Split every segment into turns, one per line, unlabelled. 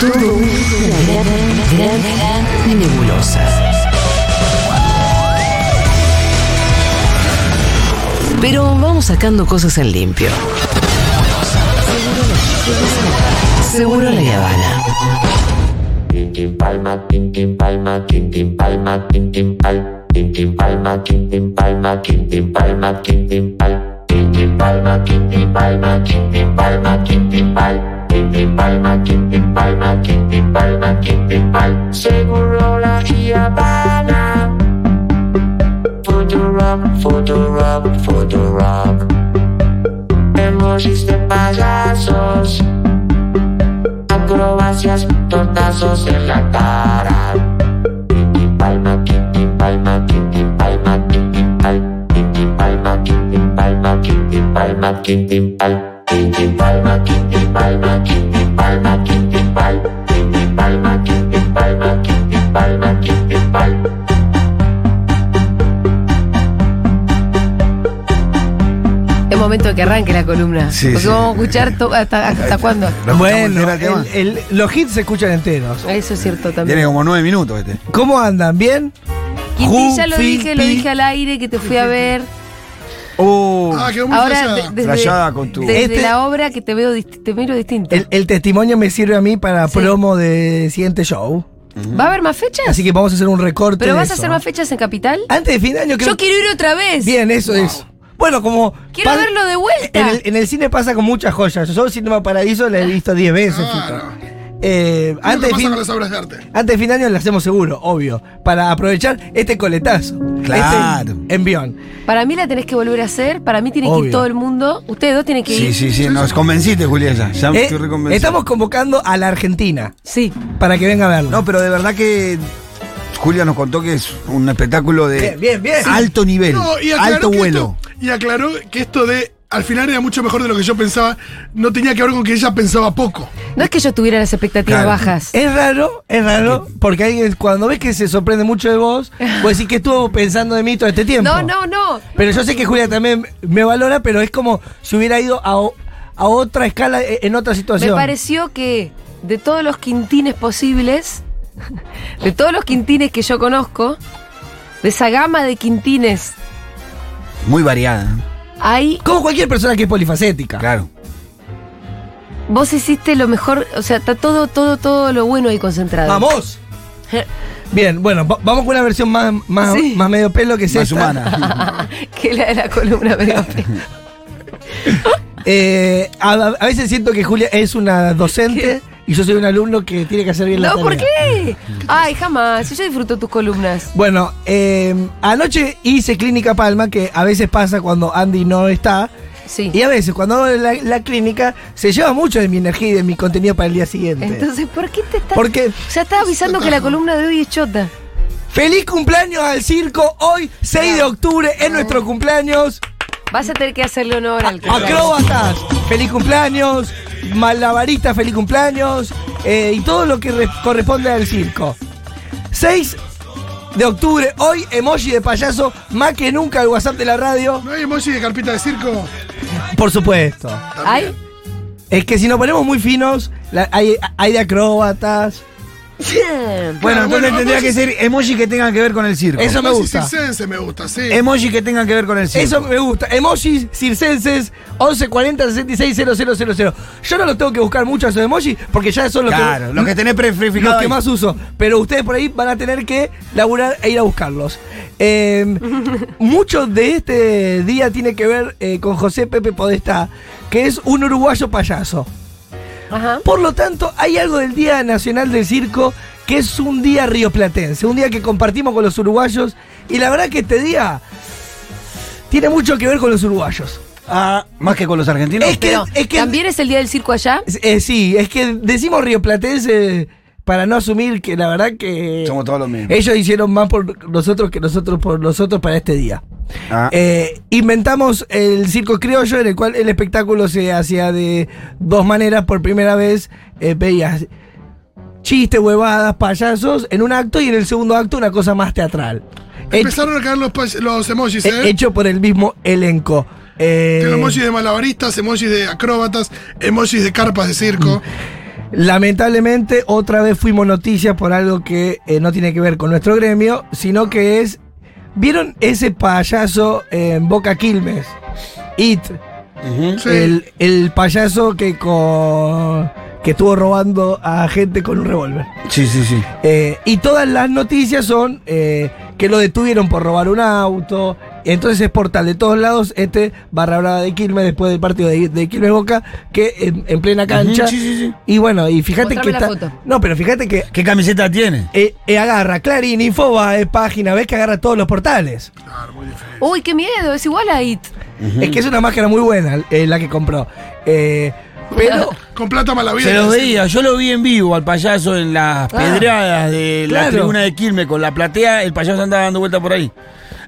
Todo una gran, gran, gran nebulosa. Pero vamos sacando cosas en limpio. Seguro la Habana.
Tintin palma, tintin palma, tintin palma, tintin pal, tintin palma, tintin palma, tintin palma, tintin pal, tintin palma, tintin palma, tintin palma, tintin pal, tintin palma, tintin palma, tintin palma, tintin pal, seguro la Habana. Photo rock, photo rock, photo rock. Emojis de payasos acrobacias, tortazos en la cara. Tintin palma, tintin palma, tintin palma, tintin pal, tintin palma, tintin palma, tintin palma, tintin pal, tintin palma, tintin palma, tintin palma, tintin pal, tintin palma, tintin palma, tintin palma, tintin pal.
Es momento de que arranque la columna.
Sí,
porque
sí.
vamos a escuchar to- hasta, hasta cuándo.
No
Bueno,
escuchamos entero el tema.
el- el- los hits se escuchan enteros.
Eso es cierto
Tiene
también.
como nueve minutos este.
¿Cómo andan? ¿Bien?
Quintín, ya lo
Ju-
dije, lo
Pi-
dije al aire, que te fui a ver.
Uh,
Ah, quedó muy
Ahora,
flasheada.
de- desde,
Rayada con tu-
desde
Este-
la obra que te veo, dist- te miro distinto.
el, el testimonio me sirve a mí para
Sí.
promo de siguiente show.
¿Va a haber más fechas?
Así que vamos a hacer un recorte.
¿Pero
de
vas a
eso.
hacer más fechas en Capital?
Antes de fin de año creo
Yo quiero ir otra vez.
Bien, eso es. Bueno, como.
Quiero
par-
verlo de vuelta.
En el, en el cine pasa con muchas joyas. Yo Cinema Paraíso la he visto 10
Ah,
veces.
Claro.
Fito. Eh,
Antes
antes, de
pasa
fin,
con las obras de arte?
antes de fin de año la hacemos seguro, obvio. Para aprovechar este coletazo.
Claro.
Este envión.
Para mí la tenés que volver a hacer, para mí tiene que ir
Obvio.
todo el mundo. Ustedes dos tienen que
Sí,
ir.
sí, sí, nos convenciste, Julián. Ya, ya
Eh,
estoy reconvencido.
estamos convocando a la Argentina
Sí.
para que venga a verlo.
No, pero de verdad que Julia nos contó que es un espectáculo de
Bien, bien, bien.
alto nivel,
No, y aclaró
alto
que
vuelo.
esto- y aclaró que esto de al final era mucho mejor de lo que yo pensaba, no tenía que ver con que ella pensaba poco.
No es que yo tuviera las expectativas
Claro.
bajas.
Es raro, es raro, porque alguien, cuando ves que se sorprende mucho de vos, pues sí que estuvo pensando de mí todo este tiempo.
No, no, no.
Pero yo sé que Julia también me valora, pero es como si hubiera ido a, o- a otra escala, e- en otra situación.
Me pareció que de todos los quintines posibles, de todos los quintines que yo conozco, de esa gama de quintines,
Muy variada,
hay.
Como cualquier persona que es polifacética.
claro.
Vos hiciste lo mejor, o sea, está todo, todo, todo lo bueno ahí concentrado.
¡Vamos! Bien, bueno, va- vamos con una versión más, más,
Sí.
más medio pelo que es
Más
esta.
humana.
que la de la columna me dio pena.
Eh, a, a veces siento que Julia es una docente y yo soy un alumno que tiene que hacer bien la
No,
tarea.
¿por qué? Ay, jamás. Yo ya disfruto tus columnas.
Bueno, eh, anoche hice Clínica Palma, que a veces pasa cuando Andy no está.
Sí.
Y a veces cuando hago la, la clínica se lleva mucho de mi energía y de mi contenido para el día siguiente.
Entonces, ¿por qué te estás.?
Porque
O sea, estás avisando que la columna de hoy es chota.
feliz cumpleaños al circo hoy, 6 de octubre, es nuestro cumpleaños.
Vas a tener que hacerle honor
Ah,
al cumpleaños.
Acróbatas, feliz cumpleaños. Malabarista, feliz cumpleaños. eh, y todo lo que re- corresponde al circo. 6 de octubre, hoy emoji de payaso, más que nunca el WhatsApp de la radio.
¿No hay emoji de carpita de circo?
Por supuesto.
Ay,
Es que si nos ponemos muy finos, la- hay, hay de acróbatas.
Bueno,
Claro,
entonces
bueno,
tendría
emoji-
que ser emoji que tengan que ver con el circo.
Eso me
Emoji
gusta.
circense me gusta, sí.
Em-
Emoji que tengan que ver con el circo.
Eso me gusta. Emojis circenses 1140 66 000. Yo no los tengo que buscar mucho a esos emojis porque ya son los
Claro,
que.
los que tenés prefijado
los que
ahí.
más uso. Pero ustedes por ahí van a tener que laburar e ir a buscarlos. Eh, mucho de este día tiene que ver eh, con José Pepe Podestá, que es un uruguayo payaso.
ajá.
Por lo tanto, hay algo del Día Nacional del Circo que es un día rioplatense, un día que compartimos con los uruguayos. Y la verdad que este día tiene mucho que ver con los uruguayos.
Ah, más que con los argentinos.
Es que-
Pero, ¿También es el día del circo allá?
Es- eh, sí, es que decimos rioplatense para no asumir que la verdad que
Somos todos los mismos.
ellos hicieron más por nosotros que nosotros por nosotros para este día.
Ah.
Eh, inventamos el circo criollo en el cual el espectáculo se hacía de dos maneras. Por primera vez eh, veías chistes, huevadas, payasos en un acto y en el segundo acto una cosa más teatral. Hecho,
Empezaron a caer los, pay- los emojis,
he-
¿eh?
hecho por el mismo elenco. e- Eh,
Tengo emojis de malabaristas, emojis de acróbatas, emojis de carpas de circo.
Lamentablemente, otra vez fuimos noticias por algo que eh, no tiene que ver con nuestro gremio, sino que es. ¿Vieron ese payaso en Boca Quilmes? It.
Mm.
Sí.
El, el payaso que con. que estuvo robando a gente con un revólver.
Sí, sí, sí.
Eh, y todas las noticias son eh, que lo detuvieron por robar un auto. Entonces es portal de todos lados este barra brava de Quilmes después del partido de, de Quilmes Boca, que en, en plena cancha.
Ujú, sí, sí, sí.
Y bueno, y fíjate
Mostrame
que
la
está.
foto.
No, pero fíjate que
¿Qué camiseta tiene?
eh, eh, agarra Clarín, Infobae, página, ves que agarra todos los portales.
Uy, qué miedo, es igual a IT.
Es que es una máscara muy buena eh, la que compró. Eh, pero
Ah,
Con plata mala vida. ¿eh?
Se los veía, yo lo vi en vivo al payaso en las pedradas de la
Ah. claro.
tribuna de Quilmes con la platea, el payaso andaba dando vuelta por ahí,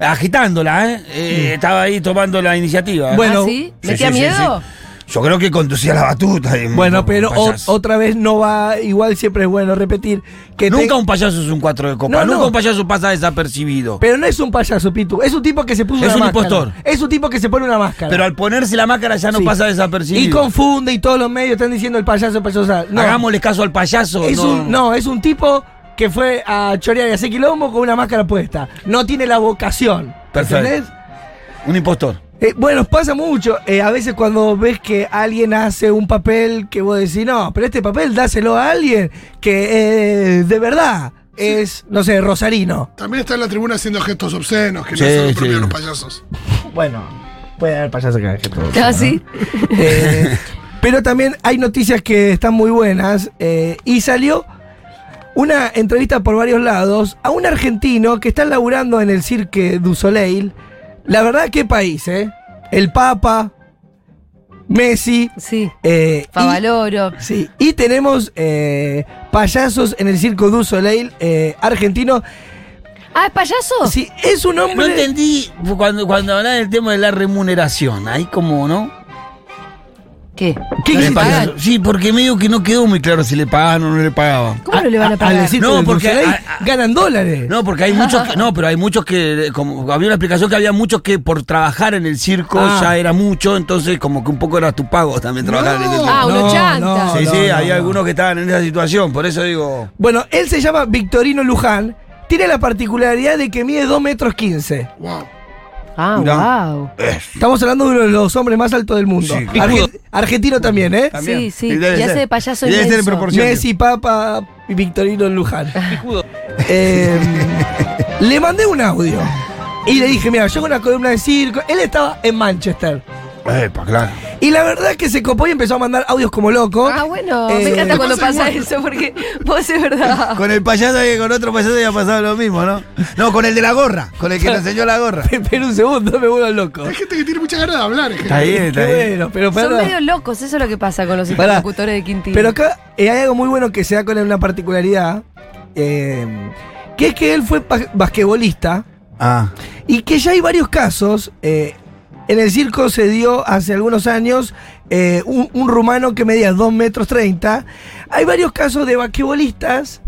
agitándola, ¿eh? Eh, Estaba ahí tomando la iniciativa.
Bueno,
¿Ah, sí?
Sí,
¿Metía
sí, sí,
miedo?
sí. Yo creo que conducía la batuta. de-
bueno, pero o-
Mm. payaso.
otra vez no va, igual siempre es bueno repetir que te-
Nunca un payaso es un cuatro de copa,
No, no.
nunca un payaso pasa desapercibido. Pero,
Pero no es un payaso, Pitu. Es un tipo que se puso
Es
una
un
máscara.
impostor.
Es un tipo que se pone una máscara.
al ponerse la máscara ya no
Sí.
pasa desapercibido.
Y confunde y todos los medios están diciendo el payaso, el payaso. o sea, No.
Hagámosle caso al payaso.
es
no.
Un, no, es un tipo que fue a chorear y hacer quilombo con una máscara puesta. No tiene la vocación.
Perfecto.
¿Entendés?
Un impostor.
Eh, bueno, pasa mucho. Eh, a veces cuando ves que alguien hace un papel que vos decís, no, pero este papel dáselo a alguien que eh, de verdad es, no sé, Rosarino.
También está en la tribuna haciendo gestos obscenos, que
Sí,
no son
sí.
los propios de los payasos.
Bueno, puede haber payaso que haga todo.
Ah, sí.
Eh, pero también hay noticias que están muy buenas. eh, y salió una entrevista por varios lados a un argentino que está laburando en el Cirque du Soleil. La verdad, qué país, ¿eh? El Papa, Messi.
Sí.
eh, y-
Favaloro.
Sí, y tenemos eh, payasos en el Circo du Soleil eh, argentino.
Ah, ¿es payaso?
Sí, es un hombre.
Oh. No entendí cuando, cuando hablaba del tema de la remuneración. Ahí como, ¿no?
¿Qué?
¿Qué
¿No le
quisiste?
pagan?
Sí, porque medio que no quedó muy claro si le pagaban o no le pagaban.
¿Cómo no le van a pagar?
Ah, Al Circo
Ah, No,
du
porque-
Soleil
a- a-
ganan dólares.
No, porque hay muchos que, no, pero hay muchos que, eh, como había una explicación que había muchos que por trabajar en el circo
Ah.
ya era mucho, entonces como que un poco era tu pago también trabajar en el circo.
Ah, uno
No,
chanta.
no,
sí,
no,
sí,
no,
hay
no.
algunos que estaban en esa situación, por eso digo.
Bueno, él se llama Victorino Luján. Tiene la particularidad de que mide 2 metros 15.
Wow.
Ah, wow.
Estamos hablando de uno de los hombres más altos del mundo. Arge- argentino también, ¿eh?
Sí, sí. Y hace de payaso
Debe ser en
inmenso.
proporción.
Messi, Papa y Victorino Luján. Eh, le mandé un audio. Y le dije, mira, yo con una columna de circo. Él estaba en Manchester.
claro.
Y la verdad es que se copó y empezó a mandar audios como loco.
Ah, bueno,
Eh,
me encanta cuando
pasa
pasa
igual.
eso porque vos es verdad.
Con el payaso y con otro payaso había pasado lo mismo, ¿no? No, con el de la gorra, con el que le enseñó la gorra.
Espera un segundo, me vuelvo loco.
Hay gente que tiene muchas ganas de hablar. es que-
Está bien, está bien.
Bueno, pero
Son
pará.
medio locos, eso es lo que pasa con los
Pará.
interlocutores de Quintín.
Pero acá eh, hay algo muy bueno que se da con él, una particularidad, eh, que es que él fue pa- basquetbolista
Ah.
y que ya hay varios casos. eh, en el circo se dio hace algunos años eh, un, un rumano que medía 2 metros 30. Hay varios casos de basquetbolistas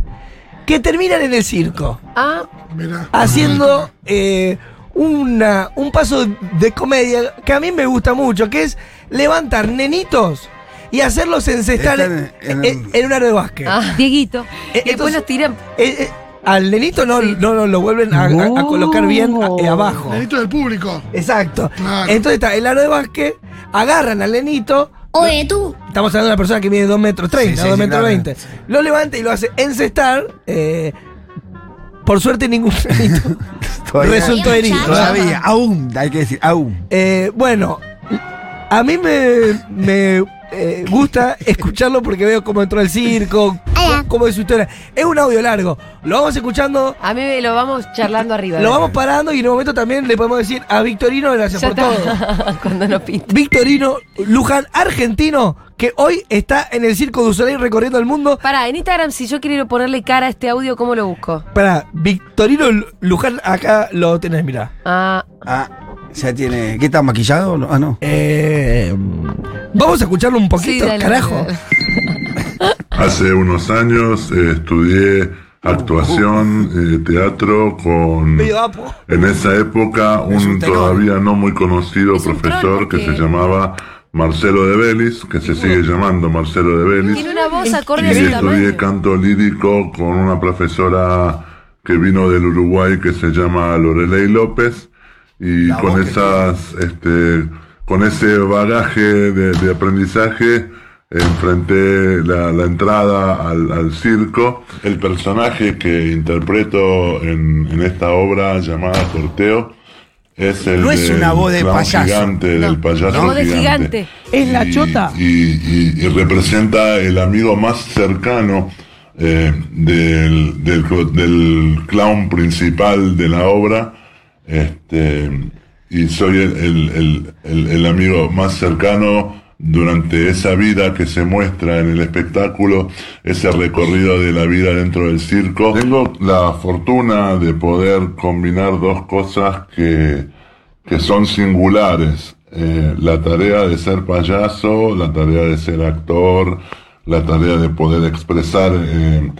que terminan en el circo
Ah,
Mirá.
haciendo eh, una, un paso de comedia que a mí me gusta mucho, que es levantar nenitos y hacerlos encestar en,
Están en-
en- en un área de básquet.
ah, Dieguito.
Eh,
y después
entonces-
los tiran.
Eh, eh, al nenito no,
Sí.
no, no lo vuelven a, a- a colocar bien eh, abajo.
Oh. Nenito del público.
Exacto.
Claro.
Entonces está el aro de básquet, agarran al nenito.
Oye, tú.
Estamos hablando de una persona que mide 2 metros 30,
Sí, sí,
2
sí,
metros
claro.
20. Lo levanta y lo hace encestar. eh, por suerte ningún nenito resultó herido.
Todavía, aún, hay que decir, aún.
Eh, bueno, a mí me, me, eh, gusta escucharlo porque veo cómo entró el circo, cómo- cómo es su historia. Es un audio largo. Lo vamos escuchando
A mí me lo vamos charlando arriba.
Lo vamos parando y en un momento también le podemos decir a Victorino gracias
Ya
por todo.
está. Cuando nos pinta.
Victorino Luján, argentino, que hoy está en el Circo du Soleil recorriendo el mundo.
Pará, en Instagram, si yo quiero ponerle cara a este audio, ¿cómo lo busco?
Para Victorino Lu- Luján, acá lo tenés, mirá.
Ah,
Ah, ya tiene. ¿Qué está maquillado? No, Ah, no.
Eh, vamos a escucharlo un poquito,
dale,
carajo.
dale.
Hace unos años eh, estudié actuación, eh, teatro con
Medio apo.
en esa época un
tenor.
todavía no muy conocido
Es un
profesor
troll, porque-
que se llamaba Marcelo de Vélez, que se sigue llamando Marcelo de Vélez.
Tiene una voz acorde a
Y
su
estudié
tamaño.
canto lírico con una profesora que vino del Uruguay que se llama Lorelei López y con esas este con ese bagaje de, de aprendizaje enfrenté la, la entrada al, al circo. El personaje que interpreto en, en esta obra llamada Corteo es el
No es
del
una voz de
clown
payaso.
gigante, del payaso
voz de gigante.
Es la chota.
y, y- y representa el amigo más cercano eh, del, del co- del clown principal de la obra. Este, y soy el, el- el- el- el amigo más cercano durante esa vida que se muestra en el espectáculo, ese recorrido de la vida dentro del circo. Tengo la fortuna de poder combinar dos cosas que, que son singulares. Eh, la tarea de ser payaso, la tarea de ser actor, la tarea de poder expresar eh,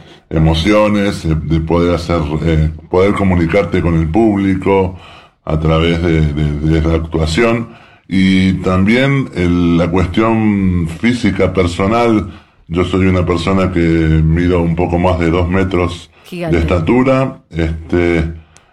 emociones, eh, de poder hacer, eh, poder comunicarte con el público a través de, de- de la actuación y también el- la cuestión física personal. Yo soy una persona que mido un poco más de dos metros
Gigante.
de estatura, este,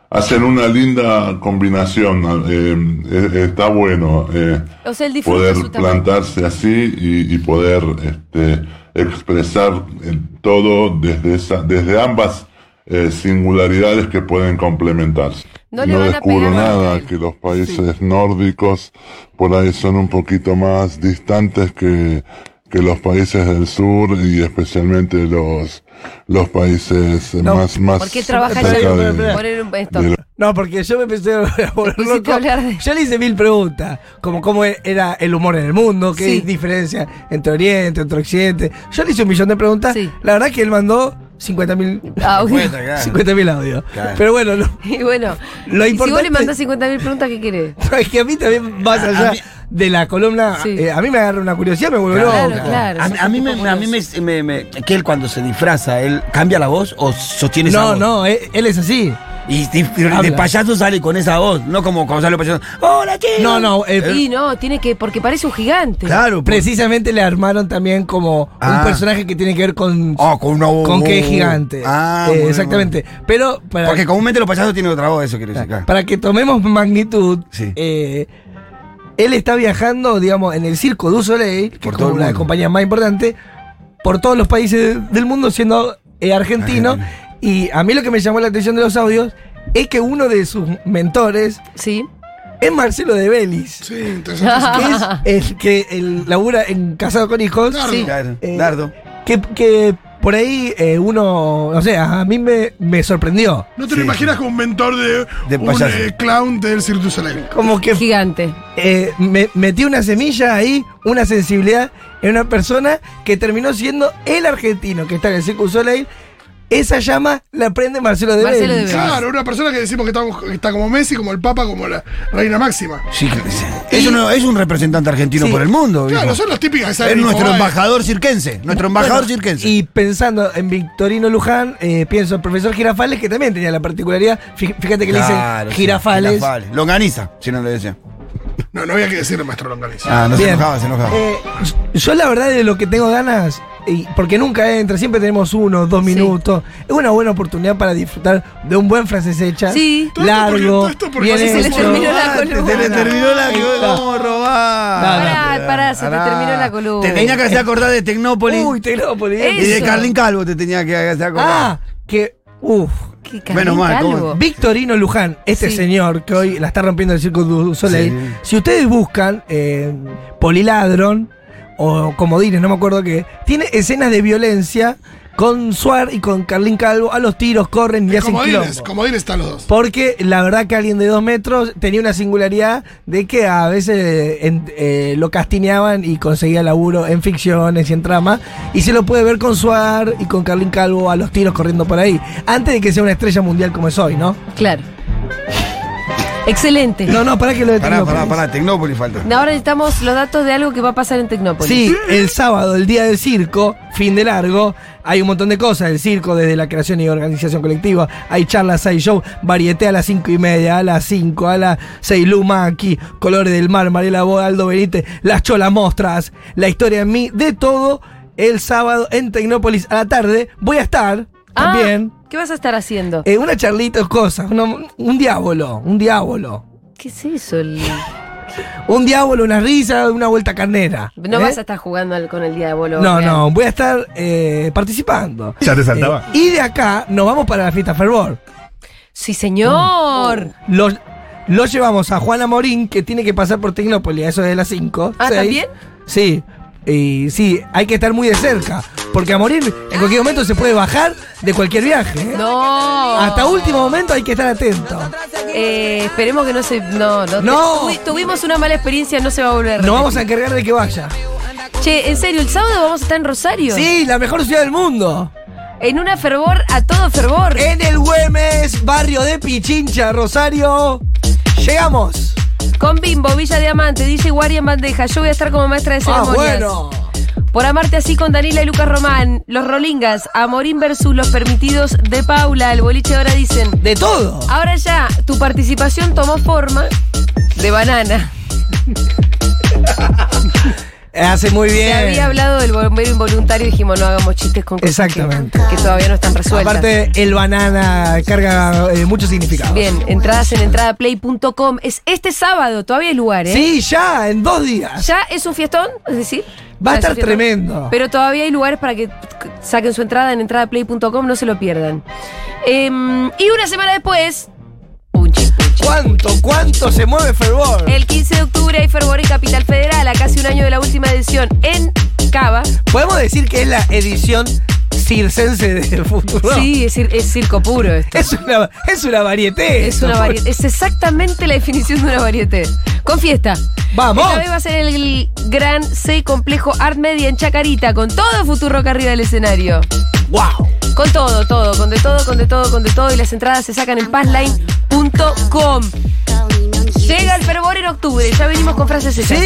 hacen una linda combinación. eh, eh, está bueno eh,
O sea, él disfruta
poder
su tamaño.
plantarse así y, y poder este, expresar eh, todo desde, esa, desde ambas eh, singularidades que pueden complementarse.
No le van a
descubro
pegar
nada
a él.
que los países nórdicos por ahí son un poquito más distantes que, que los países del sur y especialmente los, los países
No,
más, más
¿Por qué trabaja
cerca
allá?
de-
Espera,
Poner un esto.
de-
No, porque yo me empecé a volver
Te pusiste
loco.
a hablar de-
Yo le hice mil preguntas, como cómo e-, era el humor en el mundo, qué
Sí.
diferencia entre Oriente, entre Occidente. Yo le hice un millón de preguntas.
Sí. Ah,
La verdad que él mandó 50 mil
Audio.
Bueno, claro.
audios. Pero bueno, no,
Y bueno,
Lo
y si vos
importante-
le mandás 50.000 preguntas, ¿qué querés?
es que a mí también más allá de la columna,
Sí.
eh, a mí me agarra una curiosidad, me vuelve
Claro,
loco.
claro.
A, a mí, me, a mí me, me- me- que él cuando se disfraza, él cambia la voz o sostiene esa
No,
voz.
no, él, él es así.
Y, y- y de
Habla.
payaso sale con esa voz, no como cuando sale el payaso. ¡Hola, chicos!
No, no, eh,
Y no, tiene que, porque parece un gigante.
Claro, por-
precisamente le armaron también como
Ah.
un personaje que tiene que ver con
Ah, con una voz.
con qué gigante.
Ah,
Eh,
muy bien,
exactamente. Pero para
Porque comúnmente los payasos tienen otra voz, eso quiere decir. claro.
Para que tomemos magnitud,
Ah. Sí.
eh, él está viajando, digamos, en el circo du Soleil, que
Por
es
todo
como
el
la
mundo.
compañía más importante, por todos los países del mundo, siendo eh, argentino. Y a mí lo que me llamó la atención de los audios es que uno de sus mentores
Sí.
es Marcelo de Vélez,
Sí, interesante.
que es el que el, labura en Casado con Hijos.
Claro.
Sí.
Claro,
Eh,
Dardo.
Que, que por ahí eh, uno, o sea, a mí me, me sorprendió.
No te lo imaginas como un mentor de,
De
un
payaso.
eh, clown del Cirque du Soleil.
Como que
Gigante.
eh, me, metí una semilla ahí, una sensibilidad en una persona que terminó siendo el argentino que está en el Circo Soleil. Esa llama la prende Marcelo de
Marcelo de
Vélez.
Vélez.
Claro, una persona que decimos que está, que está como Messi, como el Papa, como la reina máxima.
Sí, que- sí. es, uno- es un representante argentino
Sí.
por el mundo. viejo.
Claro, son los típicos que
es
saben.
nuestro
Infobae.
embajador cirquense. Nuestro embajador
Bueno,
cirquense.
Y pensando en Victorino Luján, eh, pienso en profesor Girafales, que también tenía la particularidad. fí- Fíjate que le
Claro,
dicen
sí,
Girafales.
Lo organiza, si no le decía.
No, no había que decirle maestro Longaniza.
Ah, no
Bien.
se enojaba, se enojaba.
Eh, yo la verdad de lo que tengo ganas, y porque nunca entra, siempre tenemos uno, dos
Sí.
minutos. Es una buena oportunidad para disfrutar de un buen francés hecha.
Sí.
Todo esto porque-
Largo.
todo esto porque
bien
así
se le
hecho.
terminó la
Ah,
columna.
Te le terminó la
Ahí
columna.
está.
¿Cómo robar?
Nada.
Pará, pará, se te terminó la columna.
Te tenía que hacer acordar de Tecnópolis
Uy, Tecnópolis.
y de
eso.
Carlin Calvo. Te tenía que hacer acordar.
Ah, que. Uf.
Qué
Menos mal,
Carlín
¿cómo?
Calvo.
Victorino Luján, este
Sí.
señor que hoy la está rompiendo el Circo du Soleil. Si ustedes buscan eh, Poliladron o Comodines, no me acuerdo qué, tiene escenas de violencia con Suar y con Carlín Calvo. A los tiros corren y hacen
Comodines,
quilombo.
comodines están los dos.
Porque la verdad que alguien de dos metros tenía una singularidad de que a veces en- eh, lo castineaban y conseguía laburo en ficciones y en trama. Y se lo puede ver con Suar y con Carlín Calvo a los tiros corriendo por ahí. Antes de que sea una estrella mundial como es hoy, ¿no?
Claro. Excelente.
No, no, para que lo de
Pará, pará,
Tecnópolis.
pará, Tecnópolis falta.
Ahora necesitamos los datos de algo que va a pasar en Tecnópolis.
Sí, el sábado, el día del circo, fin de largo, hay un montón de cosas, el circo desde la creación y organización colectiva, hay charlas, hay show, varieté a las cinco y media, a las 5, a las 6, Lumaki, Colores del Mar, Mariela Boa, Aldo Benítez, Las Cholas Mostras, La Historia en mí, de todo, el sábado en Tecnópolis a la tarde, voy a estar
Ah,
también, Eh.
¿Qué vas a estar haciendo?
en una charlita, cosas, una- un diablo, un diablo.
¿Qué es eso? El-
Un diablo, una risa, una vuelta carnera.
No
¿eh?
vas a estar jugando al- con el día de bolo.
No,
real.
no, voy a estar eh, participando.
Ya te saltaba.
Eh, y de acá nos vamos para la fiesta Fervor.
Sí, señor.
Los, los llevamos a Juana Morín, que tiene que pasar por Tecnópolis, a eso es de las 5.
Ah, ¿también?
Sí. Y sí, hay que estar muy de cerca, porque a Morín en cualquier momento se puede bajar de cualquier viaje. ¿eh?
No.
Hasta último momento hay que estar atento.
Eh, esperemos que no se. No, no.
No.
Tuvi- tuvimos una mala experiencia, no se va a volver.
Nos vamos a encargar de que vaya.
Che, en serio, el sábado vamos a estar en Rosario.
Sí, la mejor ciudad del mundo.
En una fervor, a todo fervor.
En el Güemes, barrio de Pichincha, Rosario. Llegamos.
Con Bimbo, Villa Diamante, DJ Wari en bandeja. Yo voy a estar como maestra de
Ah,
ceremonias.
bueno.
Por amarte así con Danila y Lucas Román, los Rolingas, Amorín versus los permitidos de Paula, el boliche ahora dicen.
De todo.
Ahora ya, tu participación tomó forma de banana.
Ah, Hace muy
Se había
bien.
hablado del bombero involuntario y dijimos no hagamos chistes con cosas
Exactamente.
Que, que todavía no están resueltas.
Aparte, el banana carga eh, mucho significado.
Bien, entradas en entradaplay.com. Es este sábado, todavía hay lugar, ¿eh?
Sí, ya, en dos días.
Ya es un fiestón, es decir.
Va a
ya es un
estar
fiestón.
tremendo.
Pero todavía hay lugares para que saquen su entrada en entradaplay.com, no se lo pierdan. Em, y una semana después. punchi, punchi.
¿Cuánto, cuánto se mueve Fervor?
El 15 de octubre hay Fervor en Capital Federal, a casi un año de la última edición en Cava.
Podemos decir que es la edición circense del futuro.
Sí, es, cir- es circo puro esto.
Es una, es una varieté.
Es
esto.
una varieté. Es exactamente la definición de una varieté. Con fiesta.
¡Vamos!
Esta vez va a ser el gran C complejo Art Media en Chacarita, con todo Futuro acá arriba del escenario.
¡Wow!
Con todo, todo, con de todo, con de todo, con de todo. Y las entradas se sacan en passline.com. Llega el fervor en octubre. Ya venimos con frases hechas.